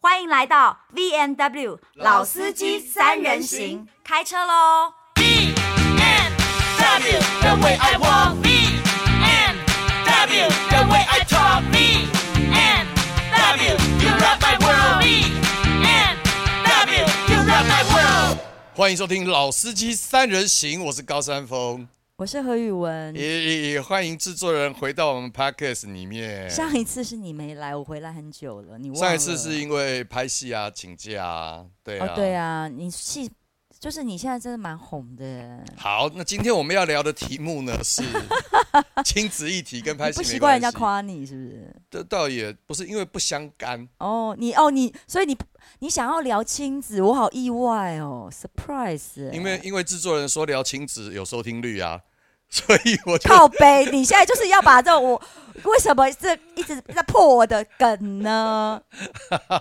欢迎来到 V N W 老司机三人行，开车喽！ BMW, the way I walk. BMW, the way I talk. BMW, you rock my world. BMW, you rock my world. 欢迎收听《老司机三人行》，我是高山峰，我是何宇文。也也也欢迎制作人回到我们 Podcast 里面。上一次是你没来，我回来很久了，你忘了上一次是因为拍戏啊，请假啊，对啊，哦，对。啊，你戏就是你现在真的蛮红的，好，那今天我们要聊的题目 呢是亲子议题，跟拍你戏不没习惯人关家系，夸你是不是？这倒也不是因为不相干，哦，你哦你，所以你你想要聊亲子，我好意外哦，surprise 欸。因为因为制作人说聊亲子有收听率啊，所以我就靠背，你现在就是要把这种我为什么这一直在破我的 梗呢？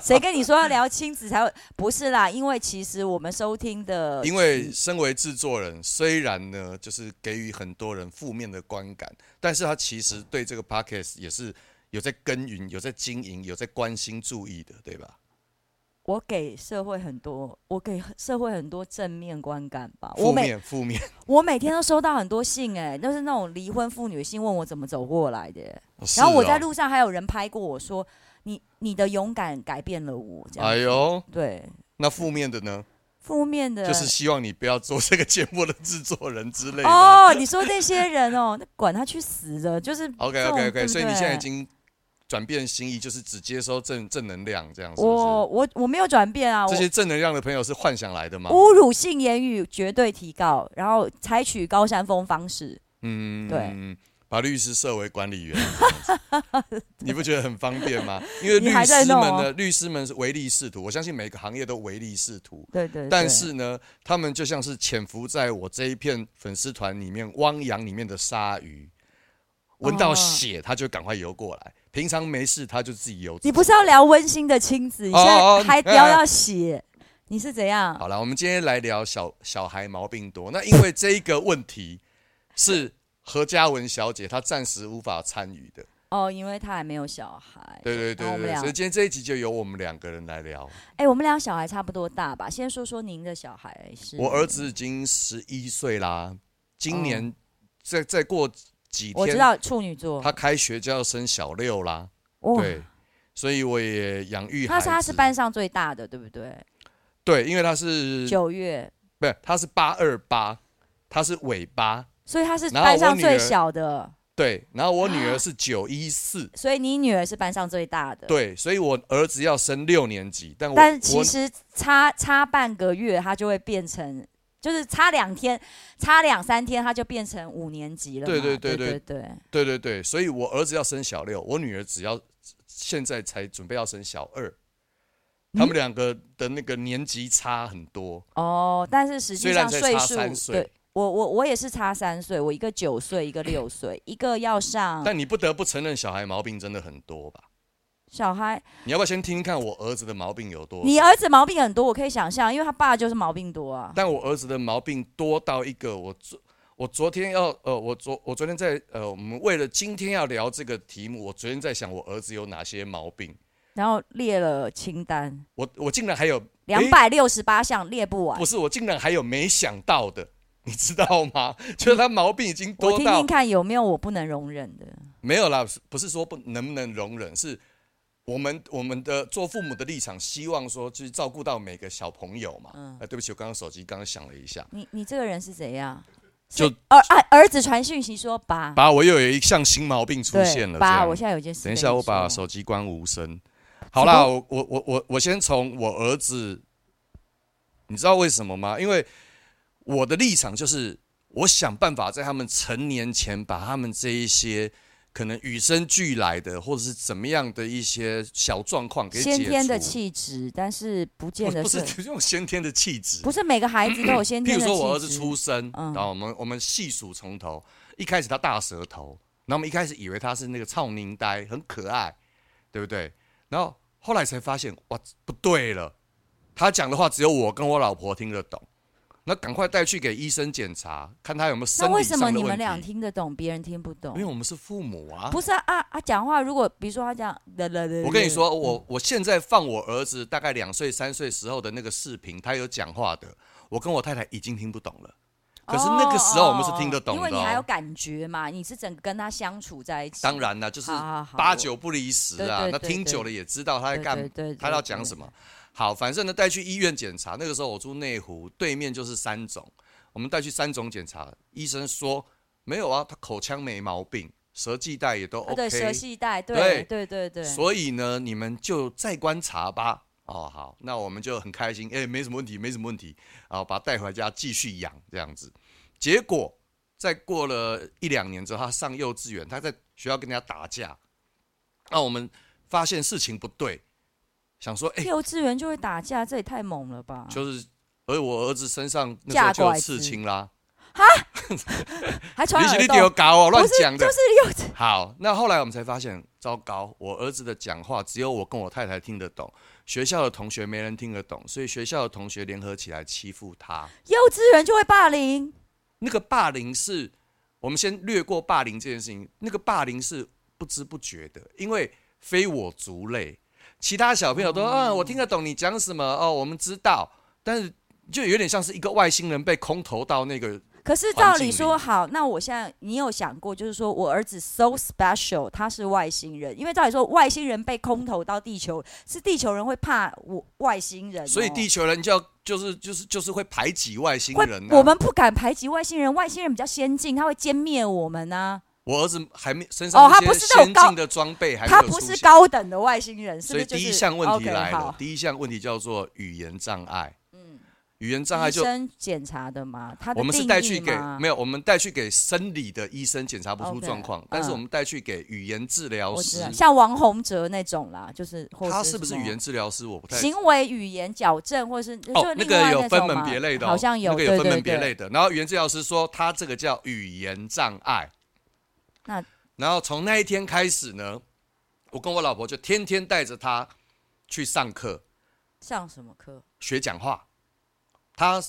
谁跟你说要聊亲子才会？不是啦，因为其实我们收听的，因为身为制作人，虽然呢就是给予很多人负面的观感，但是他其实对这个 podcast 也是有在耕耘、有在经营、有在关心、注意的，对吧？我给社会很多，我给社会很多正面观感吧。啊我负每面负 面，我每天都收到很多信、哎，都是那种离婚妇女的信，问我怎么走过来的。哦然后我在路上还有人拍过我说，你你的勇敢改变了我，这是哦，哎样、呦，对。那负面的呢，负面的就是希望你不要做这个节目的制作人之类的。哦，你说那些人哦，那管他去死的，就是 OK 这种 OK 对 OK，不所以你现在已对经转变心意，就是只接收正正能量，这样是我不我我没有转变啊，是？这些我正能量的朋友是幻想来的吗？侮辱性言语绝对提高，然后采取高山峰方式，嗯，对，把律师设为管理员， 这样子你不觉得很方便吗？因为律你还在师弄们哦呢，律师们是唯利是图，我相信每个行业都唯利是图。对对对但是呢，他们就像是潜伏在我这一片粉丝团里面汪洋里面的鲨鱼，闻到哦血它就赶快游过来。平常没事，它就自己游自己。你不是要聊温馨的亲子，你现哦在哦还哎聊哎到血，你是怎样？好了，我们今天来聊小小孩毛病多。那因为这一个问题是何嘉文小姐她暂时无法参与的。哦，因为他还没有小孩，对对对然后我对们对，俩所以今天这一集就由我们两个人来聊。哎，我们俩小孩差不多大吧？先说说您的小孩是哦我儿，子已经十一岁啦，今年再再过几我知天，道处女座，他开学就要升小六啦。哇，对，所以我也养育孩那子。是他是班上最大的，对不对？对，因为他是九月，不是他是八二八，他是尾巴。所以他是然后班我上女最儿小的，对，然后我女儿是九一四。所以你女儿是班上最大的。，对，所以我儿子要升六年级，但我但是我其实差差半个月，他就会变成，就是差两天，差两三天，他就变成五年级了嘛。对对对对对对对对对，所以我儿子要升小六，我女儿只要现在才准备要升小二，嗯他们两个的那个年级差很多。哦，但是实际虽上然才岁差数三，岁对我我我也是差三岁，我一个九岁，一个六岁，一个要上但你不得不承认，小孩毛病真的很多吧？小孩。你要不要先听听看我儿子的毛病有多？你儿子毛病很多，我可以想象，因为他爸就是毛病多啊。但我儿子的毛病多到一个，我昨我昨天要呃，我昨我昨天在呃，我们为了今天要聊这个题目，我昨天在想我儿子有哪些毛病，然后列了清单，我我竟然还有两诶百六十八项列不完不。是，我竟然还有没想到的，你知道吗？就是他毛病已经嗯我多听到听看有没有我不能容忍的。没有啦，不是说不能不能容忍，是我们我们的做父母的立场，希望说去照顾到每个小朋友嘛。嗯啊，对不起，我刚刚手机刚刚响了一下。你你这个人是怎样？就是儿儿儿子传讯息说爸，爸，我又有一项新毛病出对现了。这爸，样我现在有件事。等一下，我把。手机关无声。好啦，我我我我我先从我儿子，你知道为什么吗？因为我的立场就是，我想办法在他们成年前，把他们这一些可能与生俱来的，或者是怎么样的一些小状况给解除。先天的气质，但是不见不得不是是， 这种先天的气质，不是每个孩子都有先譬天如的气质。说我儿子出生，嗯然后我们我们细数从头，一开始他大舌头，然后我们一开始以为他是那个操宁呆，很可爱，对不对？然后后来才发现，哇，不对了，他讲的话只有我跟我老婆听得懂。那赶快带去给医生检查，看他有没有生那为理什上么的你们问俩题听得懂，别人听不懂因为？我们是父母啊。不是啊啊啊！讲话如果比如说他这样，我我跟你，嗯说，我我现在放我儿子大概两岁、三岁时候的那个视频，他有讲话的，我跟我太太已经听不懂了。可是那个时候我们是听得懂因为的、你还有哦。感觉嘛，你是整个跟他相处在一起。当然啦，就是好好好八我九不离十啊。对对那对听对久了也知道他在对干，对对他对要对讲什么。好，反正呢带去医院检查，那个时候我住内湖，对面就是三总，我们带去三总检查，医生说没有啊，他口腔没毛病，舌系带也都啊 OK，、对舌系带，对对对对对。所以呢，你们就再观察吧。哦，好，那我们就很开心，哎，没什么问题，没什么问题，啊，把它带回家继续养这样子。结果再过了一两年之后，他上幼稚园，他在学校跟人家打架，那我们发现事情不对，想说，哎，幼稚园就会打架，这也太猛了吧！就是，而我儿子身上那时候就有刺青啦，还传你耳是你洞，丢搞哦，乱不是讲的就。是幼稚。好，那后来我们才发现，糟糕，我儿子的讲话只有我跟我太太听得懂，学校的同学没人听得懂，所以学校的同学联合起来欺负他。幼稚园就会霸凌，那个霸凌是，我们先略过霸凌这件事情，那个霸凌是不知不觉的，因为非我族类，其他小朋友都，嗯，我听得懂你讲什么，哦，我们知道，但是就有点像是一个外星人被空投到那个可是照理说好，那我现在你有想过，就是说我儿子 so special，他是外星人，因为照理说外星人被空投到地球，是地球人会怕我外星人哦、所以地球人就要就是就是就是会排挤外星会人、啊。我们不敢排挤外星人，外星人比较先进，他会歼灭我们啊呢、我儿子还没身上哦他一不些是那先种高进的装备还没他有不出是现，高等的外星人，是所不以是、就是？第一项问题来 o 了 k。第一项问题叫做语言障碍。嗯语言障好，碍医就生检查的嘛，他的我们是定带义去给吗没有，我们带去给生理的医生检查不出 OK，状况，但是嗯我们带去给语言治疗我知师道，。像王洪哲那种啦，就是或他是是不是什么语言治疗师？我不太行为语言矫正，或者是就哦，另那外个有分种门嘛别类的哦，好像有那个有对分对门别对类的。然后语言治疗师说他这个叫语言障碍。那然后从那一天开始呢，我跟我老婆就天天带着他去上课。上什么课？学讲话，他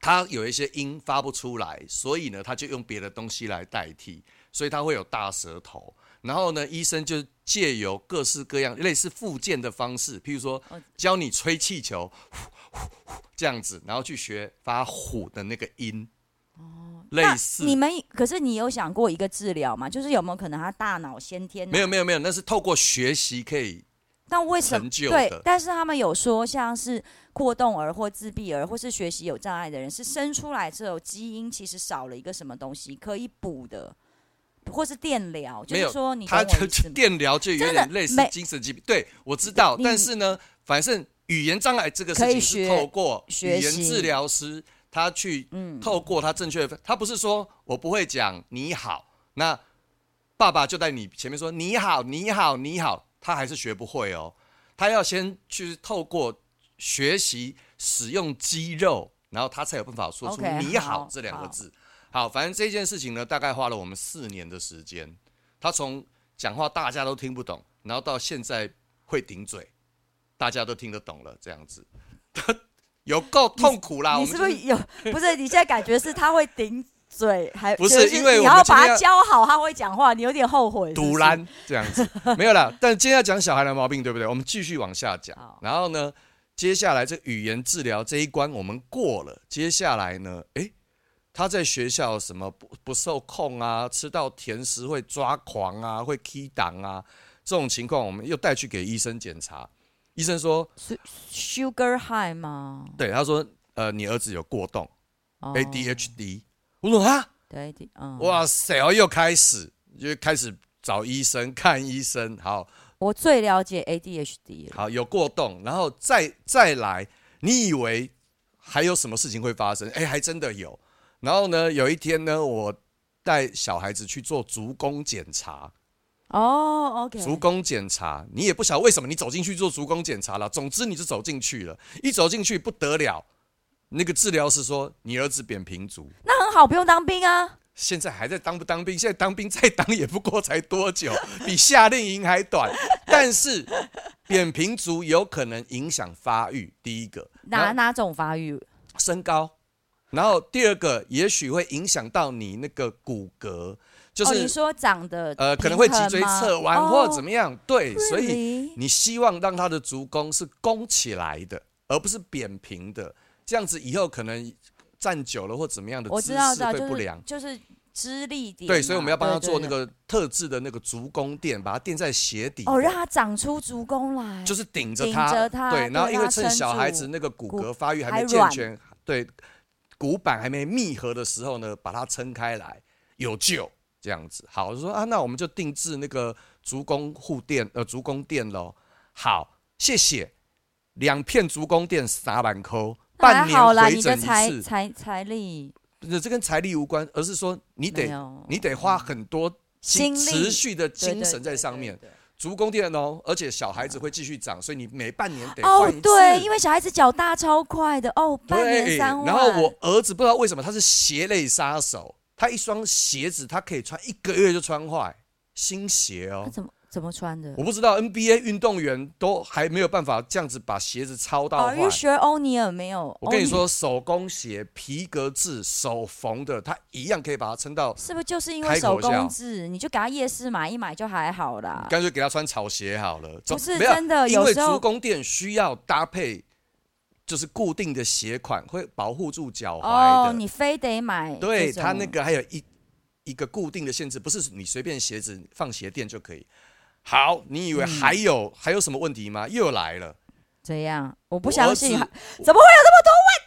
他有一些音发不出来，所以呢，他就用别的东西来代替，所以他会有大舌头。然后呢，医生就借由各式各样类似复健的方式，譬如说哦教你吹气球，呼呼呼这样子，然后去学发虎的那个音，类似哦那你们可是你有想过一个治疗吗？就是有没有可能他大脑先天没有？没有没有，那是透过学习可以但为什么成就的对？但是他们有说，像是过动儿或自闭儿，或是学习有障碍的人，是生出来之后基因其实少了一个什么东西可以补的，或是电疗，就没是有说你懂他我就意思吗电疗就有真点的类似没精神疾病，对我知道，你但是呢，反正语言障碍这个事可情以是学透过语学言习嗯治疗师他去透过他正确的，他不是说我不会讲你好，那爸爸就在你前面说你好你好你好，他还是学不会哦，他要先去透过学习使用肌肉，然后他才有办法说出 OK，你好好这两个好字。好，反正这件事情呢，大概花了我们四年的时间。他从讲话大家都听不懂，然后到现在会顶嘴，大家都听得懂了，这样子， 有够痛苦啦。我你们是就不是有？不是，你现在感觉是他会顶嘴，还不是就因为你我们还要把今天要他教好，他会讲话，你有点后悔。堵拦，拦这样子，没有啦。但今天要讲小孩的毛病，对不对？我们继续往下讲好。然后呢，接下来这语言治疗这一关我们过了，接下来呢，诶，他在学校什么不不受控啊，吃到甜食会抓狂啊，会 key 档啊，这种情况我们又带去给医生检查，医生说， Sugar High 吗对，他说，呃，你儿子有过动哦 ADHD。我说啊，对，AD，嗯，哇塞，哦，又开始，就开始找医生看医生，好。我最了解 ADHD 了。好，有过动，然后再再来，你以为还有什么事情会发生？哎，还真的有。然后呢，有一天呢，我带小孩子去做足弓检查，哦，OK、足 o k 弓检查，你也不晓得为什么你走进去做足弓检查了。总之你就走进去了，一走进去不得了，那个治疗师说你儿子扁平足，那很好，不用当兵啊。现在还在当不当兵？现在当兵再当也不过才多久， 比夏令营还短。但是扁平足有可能影响发育，第一个，哪然后哪种发育？身高，然后第二个，也许会影响到你那个骨骼，就哦、你是、说长得呃，可能会脊平衡椎吗侧弯或怎么样。对，哦所以 really？你希望让他的足弓是弓起来的，而不是扁平的。这样子以后可能站久了或怎么样的我姿知道，知势道，会就不是良。就是支力点嘛。对，所以我们要帮他对做那。对个特制的那个足弓垫，把它垫在鞋底对的。哦，让它长出足弓来。就是顶着顶它，着它对，对然后因让为它趁撑小孩住子那个骨骨骼发育还还没健软全，对，骨板还没密合的时候呢，把它撑开来有救，这样子。好，我就说啊，那我们就定制那个足弓护垫，呃，足弓垫喽。好，谢谢，两片足弓垫三万扣，半还好年啦，回你的诊财一次。财财力这这跟财力无关，而是说你没得有，你得花很多心精力持续的对精神在上。面对。对对对对足弓垫哦，而且小孩子会继续长，所以你每半年得哦换一，次。对，因为小孩子脚大超快的哦，半对年三万。然后我儿子不知道为什么他是鞋类杀手，他一双鞋子他可以穿一个月就穿坏，新鞋他哦。怎么怎么穿的我不知道 NBA 运动员都还没有办法这样子把鞋子操到？Are 坏 you。sure O'Neal 没有？我跟你 O'Neal 说，手工鞋、皮革制、手缝的，他一样可以把它撑到，是不是就是因为开手口工笑制，你就给他夜市买一买就还好啦。干脆给他穿草鞋好了。总啊不是没有啊真的因有为时候足弓垫需要搭配，就是固定的鞋款，会保护住脚踝的。哦，你非得买这种？对它那个还有一一个固定的限制，不是你随便鞋子放鞋垫就可以。好，你嗯以为还有、还有什么问题吗？又来了，怎样？我不我相儿信，子还怎么会有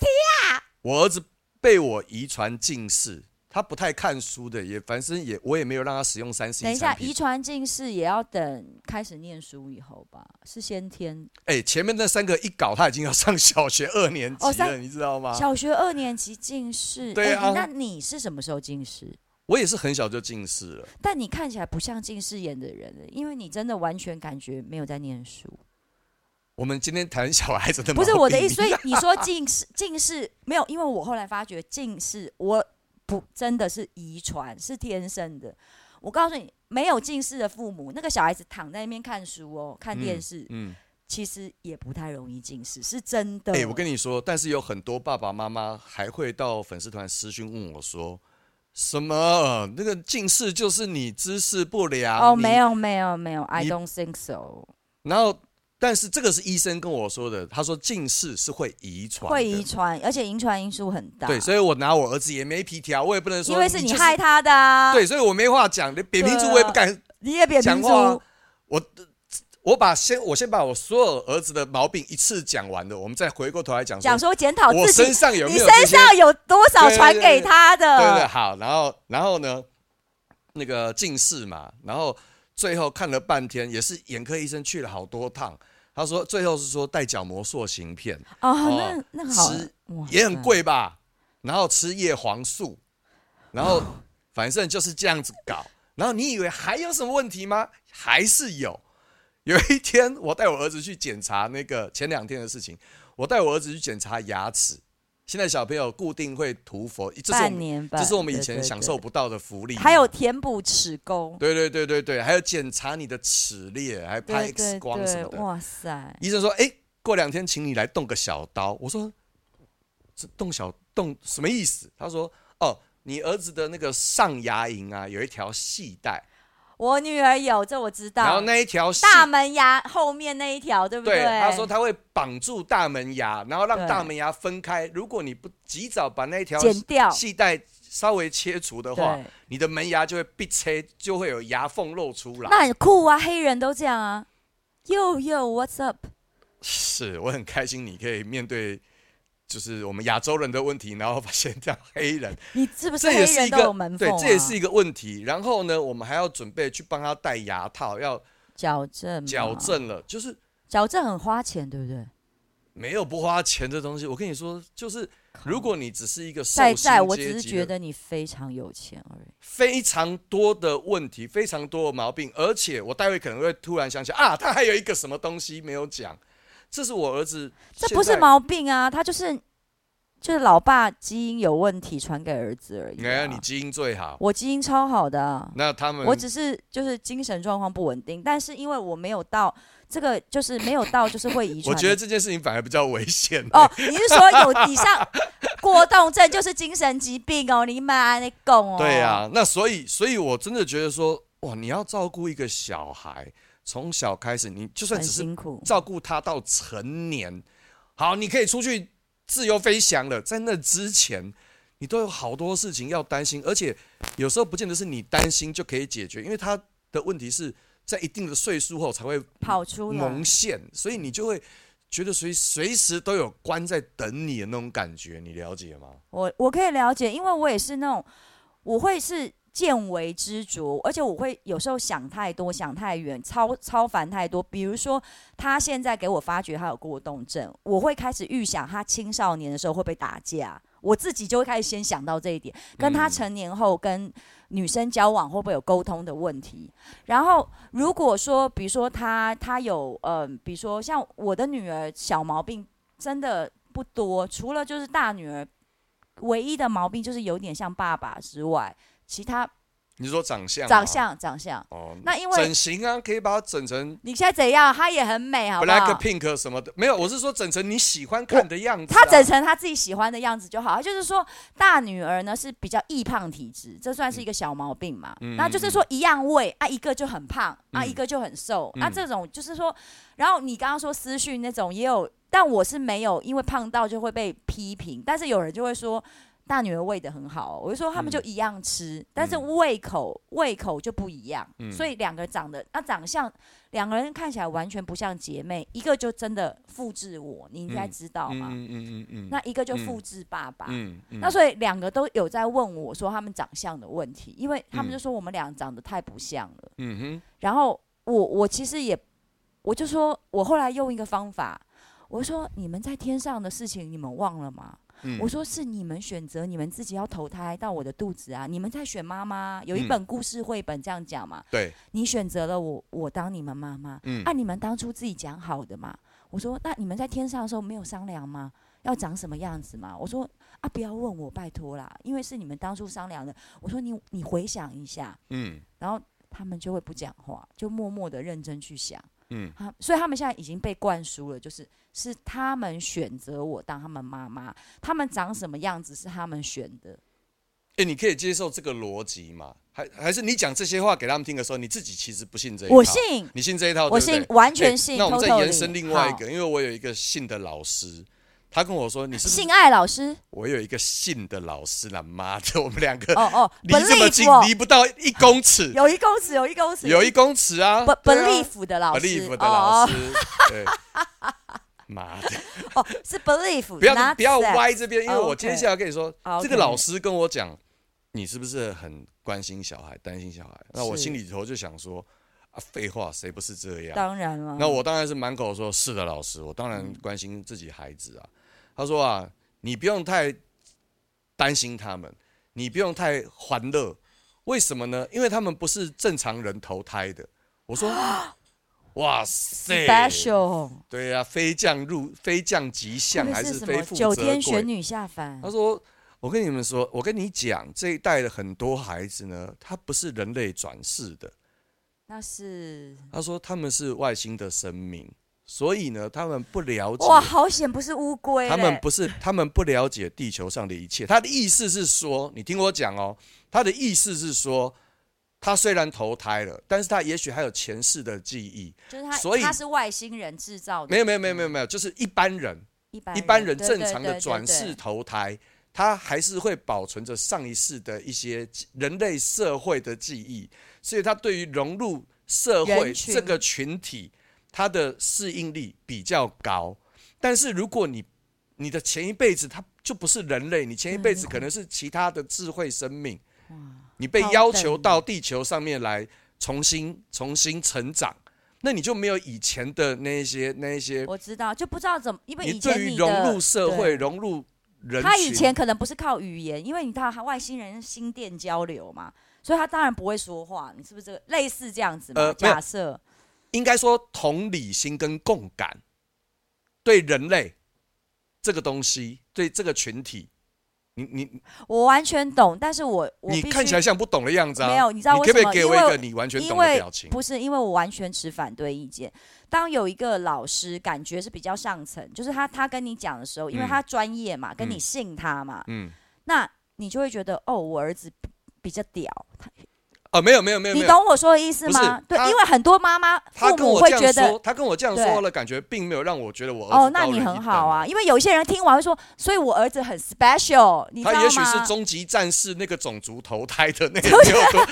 我儿子被我遗传近视，他不太看书的，也反正也我也没有让他使用三 C 等一下，产遗品。传近视也要等开始念书以后吧？是先天，哎、前面那三个一搞，他已经要上小学二年级哦了，三你知道吗？小学二年级近视。啊对哎啊那你是什么时候近视？我也是很小就近视了，但你看起来不像近视眼的人，欸因为你真的完全感觉没有在念书。我们今天谈小孩子的不是我的意思，所以以你说近视，近视没有，因为我后来发觉近视，我不真的是遗传，是天生的。我告诉你，没有近视的父母，那个小孩子躺在那边看书哦，看电视，嗯，其实也不太容易近视，是真的。哎、我跟你说，但是有很多爸爸妈妈还会到粉丝团私讯问我说：“什么那个近视就是你姿势不良？”哦，你没。有没有没有，I 你 don't think so，然后，但是这个是医生跟我说的，他说近视是会遗传，会遗。传，而且遗传因素很大。对，所以我拿我儿子也没皮条，我也不能说因为是你就是害他的啊，对，所以我没话讲，连扁平足我也不敢你也扁讲平话啊足。我我把先我先把我所有儿子的毛病一次讲完了，我们再回过头来讲讲说说检讨我自己，身上有没你有身这些上有多少对对传对对给他的？对对，好，然后然后呢，那个近视嘛，然后最后看了半天，也是眼科医生去了好多趟，他说最后是说戴角膜塑形片，哦哦，那那好吃，哇也很塞。贵吧，然后吃叶黄素，然后反正就是这样子搞，然后你以为还有什么问题吗？还是有。有一天，我带我儿子去检查那个前两天的事情，我带我儿子去检查牙齿。现在小朋友固定会涂氟，这是我半们年吧，这是我们以对前对享对受不到的福利。还有，填补齿沟，对对对对对，还有检查你的齿列，还拍对对 X 光什对么，的。哇塞，医生说：“哎，过两天请你来动个小刀。”我说：“这动小动什么意思？”他说：“哦，你儿子的那个上牙龈啊，有一条细带，我女儿有这我知然后道，那一条细大门牙后面那一条，对不对，他说他会绑住大门牙，然后让对大门牙分开。如果你不及早把那一条剪掉细带稍微切除的话对，你的门牙就会被切，就会有牙缝露出来。”那很酷啊，黑人都这样啊。Yo yo, what's up？是我很开心，你可以面对就是我们亚洲人的问题，然后发现这样黑人，你是不是这也黑是人一都个有门缝对啊？，这也是一个问题。然后呢，我们还要准备去帮他戴牙套，要矫正嘛，矫正嗯了，就是矫正很花钱，对不对？没有不花钱的东西。我跟你说，就是如果你只是一个受在在，薪我只阶是级觉的，得你非常有钱而已。非常多的问题，非常多的毛病，而且我待会可能会突然想起啊，他还有一个什么东西没有讲，这是我儿子这现在，不是毛病啊，他就是就是老爸基因有问题传给儿子而已、哎呀，啊。你基因最好。我基因超好的啊、那他们我只是就是精神状况不稳定，但是因为我没有到这个就是没有到就是会遗传的。我觉得这件事情反而比较危险。哦，你是说有以上过动症就是精神疾病哦？你妈那供哦？对啊呀、、那所以，所以我真的觉得说，哇，你要照顾一个小孩，从小开始，你就算很只是辛苦。照顾他到成年，好，你可以出去自由飞翔了，在那之前。你都有好多事情要担心，而且有时候不见得是你担心就可以解决，因为他的问题是在一定的岁数后才会跑出来蒙，陷，所以你就会觉得随随时都有关在等你的那种感觉，你了解吗？我我可以了解，因为我也是那种，我会是见微知著，而且我会有时候想太多、想太远、超超凡太多。比如说，他现在给我发觉他有过动症，我会开始预想他青少年的时候会不会打架，我自己就会开始先想到这一点，跟他嗯成年后跟女生交往会不会有沟通的问题。然后如果说，比如说他他有嗯、呃比如说像我的女儿小毛病真的不多，除了就是大女儿唯一的毛病就是有点像爸爸之外，其他你说长相吗，长相长相。哦，那因为整形啊，可以把它整成你现在怎样？她也很美，好不 black 好？ pink 什么的，没有，我是说整成你喜欢看的样子、啊。她整成她自己喜欢的样子就好。就是说，大女儿呢是比较易胖体质，这算是一个小毛病嘛。嗯那就是说，一样喂啊，一个就很胖啊，嗯一个就很瘦。嗯那这种就是说，然后你刚刚说私讯那种也有，但我是没有，因为胖到就会被批评。但是有人就会说。大女儿喂的很好哦，我就说他们就一样吃，但是胃口胃口就不一样，嗯所以两个长得那啊长相，两个人看起来完全不像姐妹，一个就真的复制我，你应该嗯知道嗯嘛，嗯嗯嗯嗯，那一个就嗯复制爸爸。嗯嗯，那所以两个都有在问我说他们长相的问题，因为他嗯们就说我们俩长得太不像了。嗯哼，然后我我其实也，我就说我后来用一个方法，我说你们在天上的事情你们忘了吗？嗯我说是你们选择你们自己要投胎到我的肚子啊，你们在选妈妈，有一嗯本故事绘本这样讲嘛，对，你选择了我，我当你们妈妈，嗯啊，你们当初自己讲好的嘛。我说，那你们在天上的时候没有商量吗？要长什么样子吗？我说啊，不要问我，拜托啦，因为是你们当初商量的。我说你你回想一下，嗯然后他们就会不讲话，就默默的认真去想。嗯他所以他们现在已经被灌输了，就是是他们选择我当他们妈妈，他们长什么样子是他们选的。哎、你可以接受这个逻辑吗？还还是你讲这些话给他们听的时候，你自己其实不信这一套？我，信，你信这一套，我对不对信，完全信。欸那我们再 totally 延伸另外一好个，因为我有一个信的老师，他跟我说：“你是不是性爱老师，我有一个信的老师啦，妈的，我们两个哦哦 离这么近，believe 我，离不到一公尺，有一公尺，有一公尺，有一公尺啊不对啊 belief 的老师哦 believe 的老师，师， 对，妈的，哦哦是 belief，不要 not 不要 sex 歪这边，因为我 OK 哦接下来跟你说， OK 这个老师跟我讲，你是不是很关心小孩，担心小孩？那我是心里头就想说，啊，废话，谁不是这样？当然了。那我当然是满口说是的，老师，我当然关心自己孩子啊。他说啊，你不用太担心他们，你不用太欢乐，为什么呢？因为他们不是正常人投胎的。我 说， 哇塞 special 对啊，飞降入飞降极这象个还是是什非么？富九则天玄贵？女下凡他说：“我跟你们说，我跟你讲，这一代的很多孩子呢，他不是人类转世的，那是他说他们是外星的生命，所以呢，他们不了解，哇，好险不是乌龟嘞，他们不是，他们不了解地球上的一切。他的意思是说，你听我讲哦，他的意思是说，他虽然投胎了，但是他也许还有前世的记忆。就是他，所以他是外星人制造的，没有，没有，没有，没有，没有，就是一般人，一般一般人对正对常对的对转对世投胎，他还是会保存着上一世的一些记人类社会的记忆，所以他对于融入社会人群这个群体，他的适应力比较高。但是如果你你的前一辈子他就不是人类，你前一嗯辈子可能是其他的智慧生命，你被好要等求哦到地球上面来重新重新成长。那你就没有以前的那一些那一些我知道，就不知道怎么，因为你以对前于你融的入社对会、融入人群，他以前可能不是靠语言，因为你知道他外星人心电交流嘛，所以他当然不会说话。你是不是这个类似这样子嘛？呃没有假设应该说同理心跟共感，对人类这个东西，对这个群体，你你我完全懂，但是我我你必看须起来像不懂的样子啊！没有，你知道你为可什不可么？以给因我为一个你完全懂因的为表情？不是，因为我完全持反对意见。当有一个老师感觉是比较上层，就是他他跟你讲的时候，因为嗯他专业嘛，跟嗯你信他嘛，嗯，那你就会觉得哦，我儿子比比较屌，啊，没有没有没有，没你有。懂我说的意思不是吗？对，他因为很多妈妈他父跟母我会这觉样得说，他跟我这样对说了，感觉并没有让我觉得我儿哦子，那高你人一很等好。啊，因为有一些人听完会说，所以我儿子很 special，你知道他吗？也许是终极战士那个种族投胎的 那个没有多，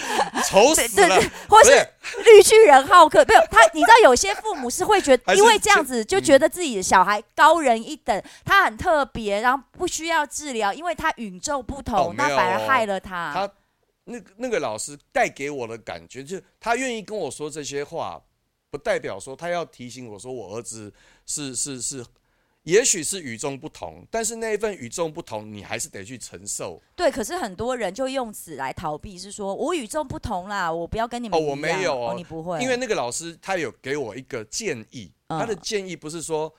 愁对死对了。对， 或不是是，绿巨人浩克没有他，你知道有些父母是会觉 还得，是嗯因为这样子就觉得自己的小孩高人一等，他很特别，然后不需要治疗，因为他与众不哦同，没那有反而哦害了他。他那个那个老师带给我的感觉，就是他愿意跟我说这些话，不代表说他要提醒我说我儿子是是是，也许是与众不同，但是那一份与众不同，你还是得去承受。对，可是很多人就用此来逃避，是说我与众不同啦，我不要跟你们哦我一没样有哦哦，你不会，因为那个老师他有给我一个建议，嗯他的建议不是说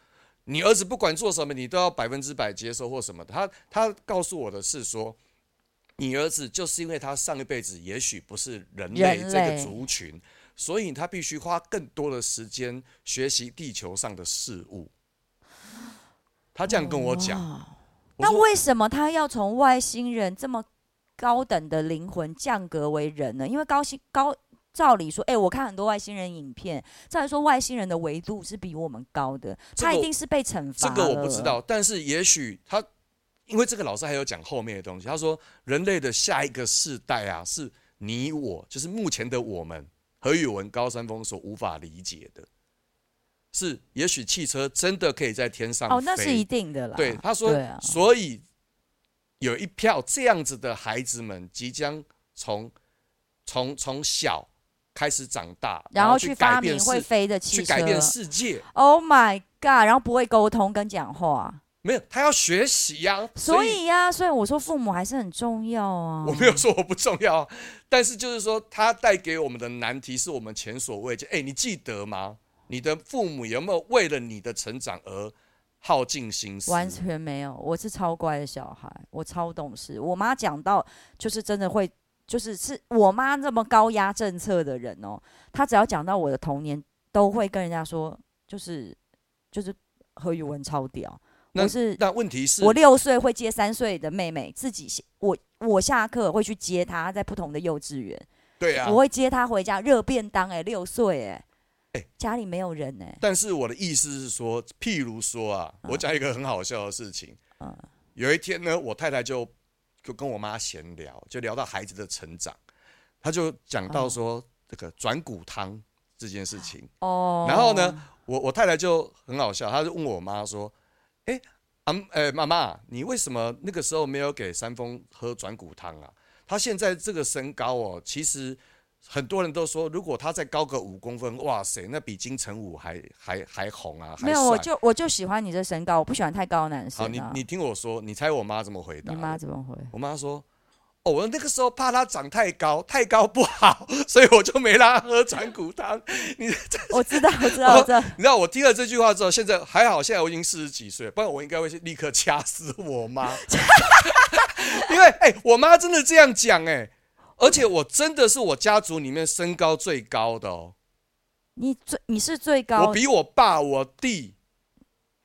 你儿子不管做什么，你都要百分之百接受或什么的。他他告诉我的是说，你儿子就是因为他上一辈子也许不是人类人类这个族群，所以他必须花更多的时间学习地球上的事物。他这样跟我讲，哇我那说为什么他要从外星人这么高等的灵魂降格为人呢？因为高星高，照理说，哎、我看很多外星人影片，照理说外星人的维度是比我们高的，这个他我一定是被惩罚。这个我不知。道，但是也许他，因为这个老师还有讲后面的东西，他说人类的下一个世代啊，是你我，就是目前的我们何宇文、高山峰所无法理解的，是也许汽车真的可以在天上飞，哦，那是一定的啦。对他说，对啊，所以有一票这样子的孩子们即将从从从小开始长大，然后后去去改发变明世会飞的汽去车。改变世界。 Oh my god！然后不会沟通跟讲话，没有，他要学习啊呀、所以呀、所以我说父母还是很重要啊。我没有说我不重要，啊，但是就是说，它带给我们的难题是我们前所未见。哎、你记得吗？你的父母有没有为了你的成长而耗尽心思？完全没有，我是超乖的小孩，我超懂事。我妈讲到，就是真的会，就是是我妈这么高压政策的人哦，她只要讲到我的童年，都会跟人家说，就是就是何宇文超屌。那我是那问题是，我六岁会接三岁的妹妹，自己下我我下课会去接她，在不同的幼稚园，对啊我，会接她回家热便当、欸。哎，六岁哎、哎家里没有人哎、但是我的意思是说，譬如说啊，我讲一个很好笑的事情。嗯有一天呢，我太太就就跟我妈闲聊，就聊到孩子的成长，她就讲到说这个转骨汤这件事情。哦，然后呢，我我太太就很好笑，她就问我妈说：“哎、啊，呃、妈妈，你为什么那个时候没有给山峰喝转骨汤啊？他现在这个身高哦，其实很多人都说，如果他再高个五公分，哇塞，那比金城武还还还红啊，还没有，我帅就我就喜欢你这身高，我不喜欢太高的男生、好，啊。你你听我说，你猜我妈怎么回答？啊你妈怎么回？我妈说。”哦，我那个时候怕他长太高，太高不好， 所以我就没让他喝转骨汤。我知道，我知道，我知道。你知道我听了这句话之后，现在还好，现在我已经四十几岁，不然我应该会立刻掐死我妈。因为哎、我妈真的这样讲哎、而且我真的是我家族里面身高最高的哦，你最你是最高，我比我爸、我弟、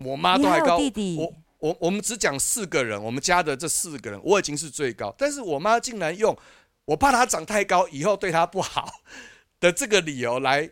我妈你都还高。有弟弟我我我们只讲四个人，我们家的这四个人，我已经是最高，但是我妈竟然用我怕她长太高，以后对她不好的这个理由来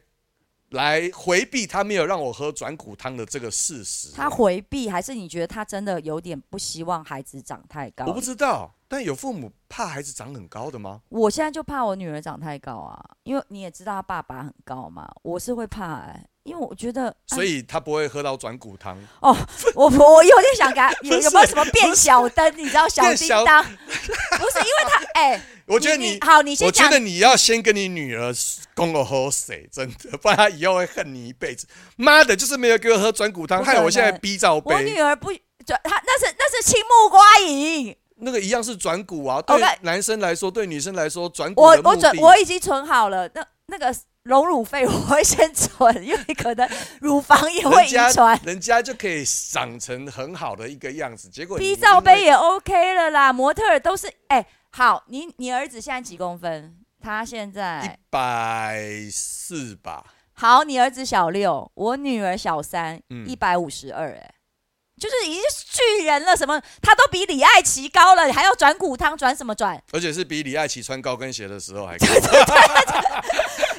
来回避她没有让我喝转骨汤的这个事实。他回避，还是你觉得他真的有点不希望孩子长太高？我不，知道，但有父母怕孩子长很高的吗？我现在就怕我女儿长太高啊，因为你也知道她爸爸很高嘛，我是会怕哎、因为我觉得，所以他不会喝到转骨汤。哎我我有点想给他，有 不是有没有什么变小灯？你知道小变叮小当？不是因为他哎、我觉得你你，好，你先我觉讲得你要先跟你女儿跟我喝水，真的，不然她以后会恨你一辈子。妈的，就是没有给我喝转骨汤，不可能害我现在逼罩我女杯。儿不转，她那是那是青木瓜饮。那个一样是转骨啊，对 OK 男生来说，对女生来说，转骨我的我目准的我已经存好了，那那个隆乳费我 会先存，因为可能乳房也会人遗家传。人家就可以长成很好的一个样子，结果你 B 罩杯因为也 OK 了啦，模特儿都是哎、好，你你儿子现在几公分？他现一在百四吧，好，你儿子小六，我女儿小三，嗯一百五十二，哎，就是已经是巨人了，什么他都比李艾琪高了，你还要转骨汤转什么转？而且是比李艾琪穿高跟鞋的时候还 高。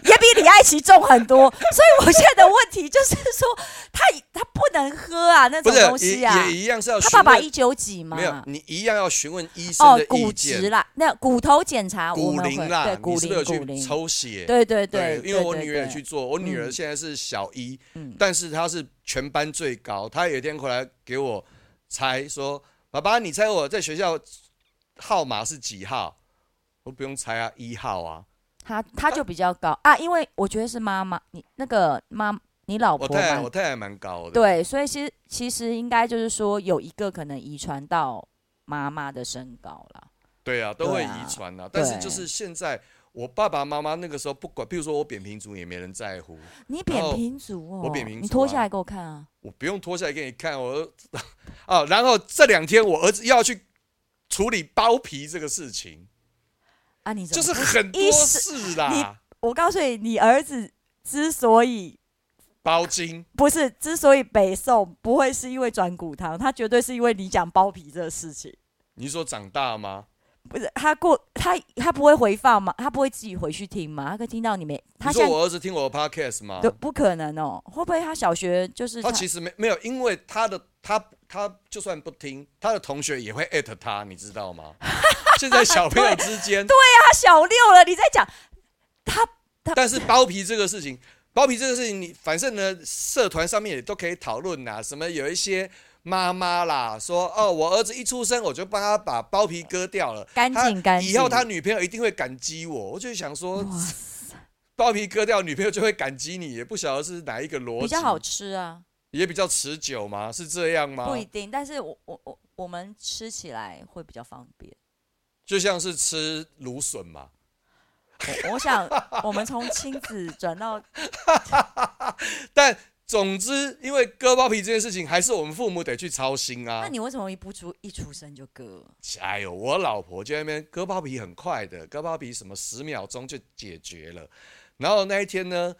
也比李艾琪重 很多，所以我现在的问题就是说，他他不能喝啊那不种是也东西啊，也一样是要他询爸爸问一九几嘛没，有，你一样要询问医生哦的，意骨见。质啦，那骨头检查啊我骨们龄会啦，对骨你是不是有龄骨龄去，抽血？对对因为我对女儿也对去做，我女儿嗯现在是小一，嗯但是她是全班最高。她有一天回来给我猜说：“爸爸，你猜我在学校号码是几号？”我不用猜啊，一号啊。他他就比较高啊，因为我觉得是妈妈，你那个妈，你老我婆太太，嘛我，太太蛮高的。对，啊所以其实其实应该就是说有一个可能遗传到妈妈的身高了，对啊，都对会啊遗传啊。但是对就是现在，我爸爸妈妈那个时候不管，比如说我扁平足也没人在乎，你扁后平足哦，我扁平你足脱啊下来给我看啊，我不用脱下来给你看。我 啊，然后这两天我儿子要去处理包皮这个事情。啊你怎就么是很多事啦，我告诉你，你儿子之所以包茎不是之所以北宋，不会是因为转骨汤，他绝对是因为你讲包皮这个事情。你说长大吗？不是他过他他不会回放吗？他不会自己回去听吗？他可以听到你没？他你现说在我儿子听我的 podcast 吗？对不可能哦，会不会他小学就是他哦其实没没有，因为他的他他就算不听，他的同学也会艾特他，你知道 吗？现在小朋友之间，他小六了？你在讲他 但是包皮这个事情，包皮这个事情，你反正呢，社团上面也都可以讨论呐。什么有一些妈妈啦，说哦，我儿子一出生我就帮他把包皮割掉了，干他净干净以后他女朋友一定会感激我，我就想说哇，塞 包皮割掉，女朋友就会感激你，也不晓得是哪一个逻辑，比较好，吃啊，也比较持久吗？是这样吗不？一定，但是我我我我们吃起来会比较方便。就像是吃芦笋嘛，我我想我们从亲子 转到啊但总之，因为割包皮这件事情，还是我们父母得去操心啊那。你为什么一不出一出生就割？哎呦，我老婆就在那边割包皮很快的，割包皮什么十秒钟就解决了。然后那一天呢，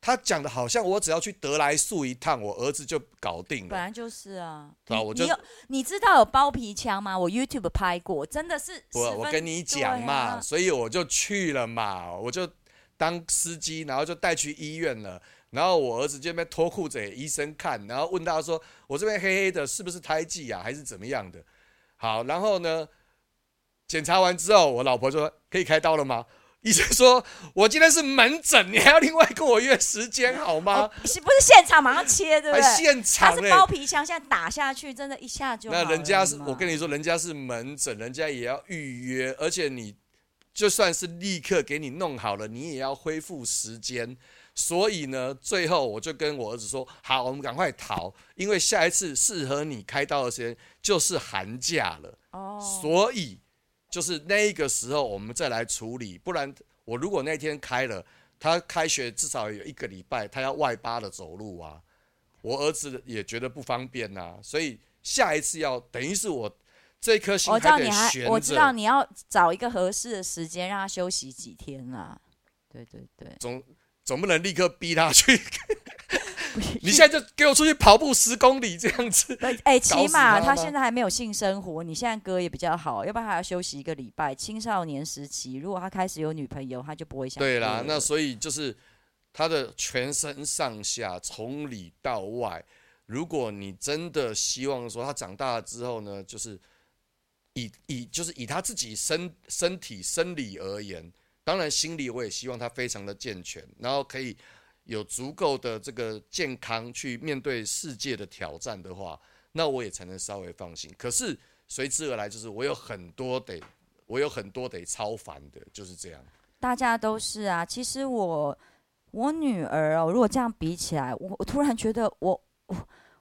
她讲的好像我只要去德来素一趟，我儿子就搞定本了。来就是啊。对啊你我就你有你知道有包皮枪吗？我 YouTube 拍过，真的是我10啊我分跟你讲嘛，对啊所以我就去了嘛，我就当司机，然后就带去医院了。然后我儿子就在那边脱裤子给医生看，然后问他说：“我这边黑黑的，是不是胎记啊，还是怎么样的？”好，然后呢，检查完之后，我老婆就说：“可以开刀了吗？”医生说：“我今天是门诊，你还要另外跟我约时间好吗 哦是不是现场马上切，？”对不还对？现它场是嘞、包皮枪，现在打下去，真的一下就那人家是我跟你你说，人家是门诊，人家也要预约，而且你就算是立刻给你弄好了，你也要恢复时间。所以呢，最后我就跟我儿子说：“好，我们赶快逃，因为下一次适合你开刀的时间就是寒假了。哦，所以就是那个时候我们再来处理，不然我如果那天开了，他开学至少有一个礼拜，他要外八的走路啊，我儿子也觉得不方便呐、所以下一次要等于是我这颗心我知道得你还悬着，我知道你要找一个合适的时间让他休息几天啦。对对对，总总不能立刻逼他去， 不是 你现在就给我出去跑步十公里这样子，对， 哎、起死码他他吗现在还没有性生活，你现在割也比较好，要不然还要休息一个礼拜。青少年时期，如果他开始有女朋友，他就不会想对啦割，那了所以就是他的全身上下从里到外，如果你真的希望说他长大了之后呢，就是以以就是以他自己身身体生理而言，当然心理我也希望他非常的健全，然后可以有足够的这个健康去面对世界的挑战的话，那我也才能稍微放心。可是随之而来就是我有很多得。我有很多得超凡的，就是这样。大家都是啊。其实我我女儿哦，如果这样比起来，我我突然觉得我我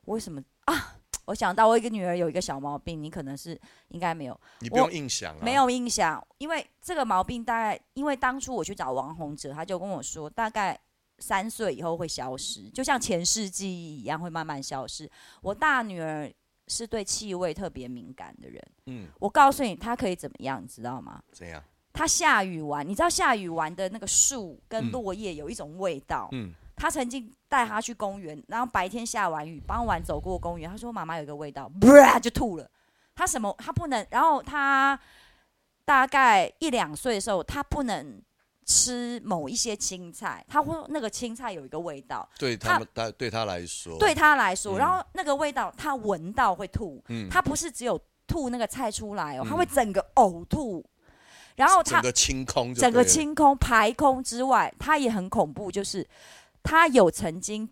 为什么啊？我想到我一个女儿有一个小毛病，你可能是应该没有你不用硬想啊，没有印象，因为这个毛病大概因为当初我去找王洪哲，他就跟我说，大概三岁以后会消失，就像前世记忆一样会慢慢消失。我大女儿是对气味特别敏感的人，嗯，我告诉你，她可以怎么样，你知道吗？怎样？它下雨完，你知道下雨完的那个树跟嗯落叶有一种味道。嗯，他曾经带他去公园，然后白天下完雨，傍晚走过公园，他说妈妈有一个味道，啪就吐了。他什么？他不能。然后他大概一两岁的时候，他不能吃某一些青菜，他会那个青菜有一个味道，对他们，他对他来说，对，他来嗯说，然后那个味道他闻到会吐，嗯，他不是只有吐那个菜出来哦，嗯他会整个呕吐。然后他整个清空就对整了，个清空排空之外，他也很恐怖，就是他有曾经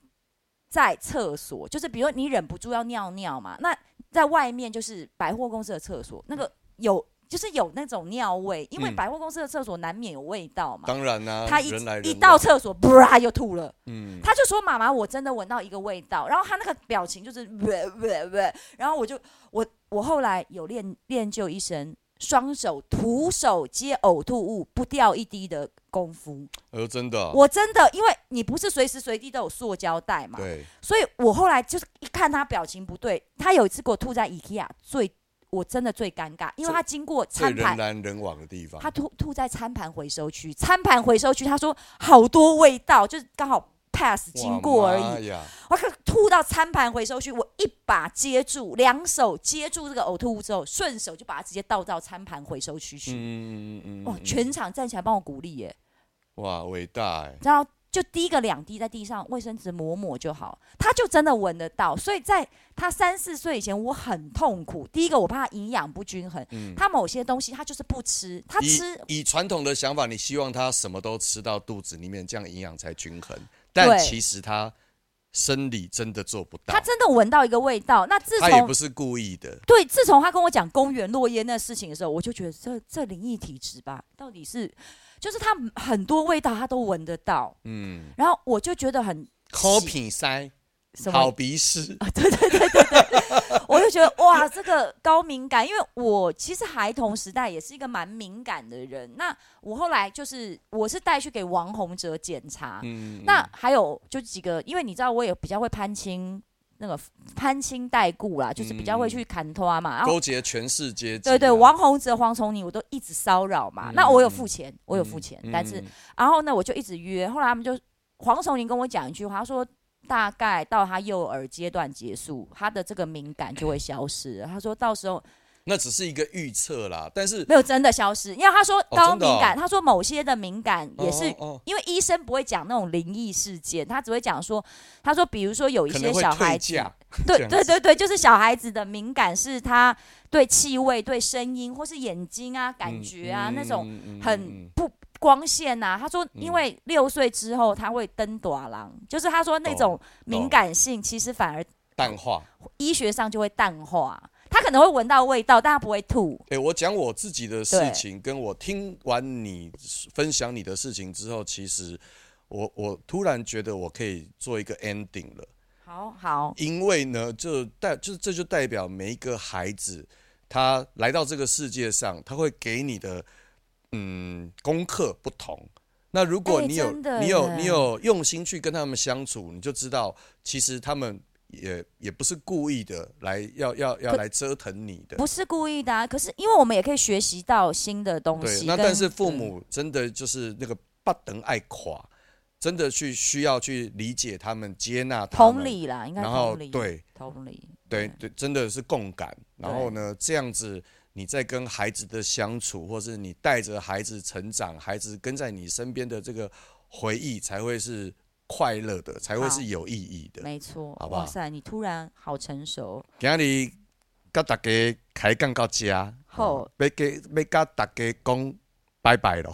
在厕所，就是比如说你忍不住要尿尿嘛，那在外面就是百货公司的厕所，那个有就是有那种尿味，因为嗯百货公司的厕所难免有味道嘛。当然啦、他一人来人一往到，厕所，啪就吐了。嗯，他就说：“妈妈，我真的闻到一个味道。”然后他那个表情就是喂喂喂，然后我就我我后来有练练就一身双手徒手接呕吐物不掉一滴的功夫。呃，真的啊、我真的，因为你不是随时随地都有塑胶袋嘛，对，所以我后来就是一看他表情不对，他有一次给我吐在 IKEA，最我真的最尴尬，因为最他经过最餐人盘。来人往的地方，他吐吐在餐盘回收区，餐盘回收区，他说好多味道，就是刚好 pass 经过而已哇。妈呀，我可吐哦到餐盘回收区，我一把接住，两手接住这个呕吐物之后，顺手就把它直接倒到餐盘回收区去。嗯嗯嗯嗯，哇！嗯全场站起来帮我鼓励耶，哇伟大哎，然后就滴个两滴在地上，卫生纸抹抹就好，他就真的闻得到。所以在他三四岁以前，我很痛苦。第一个，我怕他营养不均衡，嗯，他某些东西他就是不吃，他吃以以传统的想法，你希望他什么都吃到肚子里面，这样营养才均衡，但对其实他生理真的做不到他，真的闻到一个味道。那自他也从不是故意的，对，自从他跟我讲公园落叶那事情的时候，我就觉得这这灵异体质吧，到底是就是他很多味道他都闻得到，嗯，然后我就觉得很抠鼻塞，什好么，啊鼻屎，我就觉得哇，这个高敏感，因为我其实孩童时代也是一个蛮敏感的人。那我后来就是我是带去给王洪哲检查，嗯，那还有就几个，因为你知道我也比较会攀亲。那个攀亲带故啦，就是比较会去砍拖嘛，然后嗯勾结全世界，啊对对，王洪哲、黄崇宁我都一直骚扰嘛。嗯那我有付钱，我有付钱，嗯但是嗯然后呢，我就一直约。后来他们就黄崇宁跟我讲一句话，他说大概到他幼儿阶段结束，他的这个敏感就会消失了。他说到时候那只是一个预测啦，但是没有真的消失，因为他说哦高真的敏哦感，他说某些的敏感也是。哦因为医生不会讲那种灵异事件，他只会讲说，他说比如说有哦一可些能会小孩退子，价，这对样对子对对，就是小孩子的敏感是他对气味、对声音或是眼睛啊、嗯感觉啊、那种种很不光线呐、他说，嗯因为六岁之后他会登短廊，就是他说那种敏感性其实反而淡化。医学上就会淡化。他可能会闻到味道，但他不会吐。哎、我讲我自己的事对情，跟我听完你分享你的事情之后，其实我我突然觉得我可以做一个 ending 了，好好，因为呢，就代就这就代表每一个孩子他来到这个世界上，他会给你的嗯功课不同。那如果哎你有、真的你有耶你有用心去跟他们相处，你就知道其实他们也也不是故意的来要要要可来折腾你的。不是故意的、啊。可是因为我们也可以学习到新的东对，西。那跟但是父母真的就是那个不等爱垮，真的去需要去理解他们、接纳他们，同理啦，应该然后同理，对同理，对对，真的是共感。然后对呢，这样子你在跟孩子的相处，或是你带着孩子成长，孩子跟在你身边的这个回忆，才会是快乐的，才会好是有意义的。没错。好不好哇塞，你突然好成熟。今日甲大家开讲到这，啊好要给要甲大家讲拜拜拜了。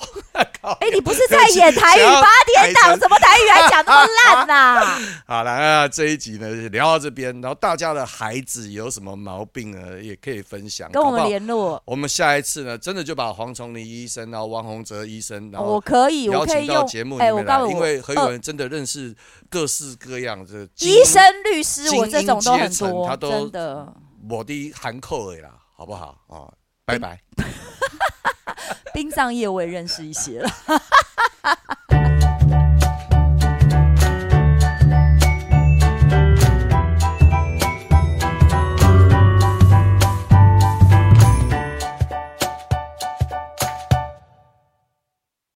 哎、你不是在演台语八想要改点档，成怎么台语还讲那么烂呐、 好了，那这一集呢聊到这边，然后大家的孩子有什么毛病呢，也可以分享， 跟我们搞不好联络，我们下一次呢，真的就把黄崇林医生，然后王洪哲医生，然哦我后可以，我邀可请以到用节目里哎、我面来告，诉因你，为何呃有人真的认识各式各样的精医生、律师，精我这种都英阶很层他多，都真的。我的含扣的啦，好不好？哦，拜拜。冰上业我也认识一些了，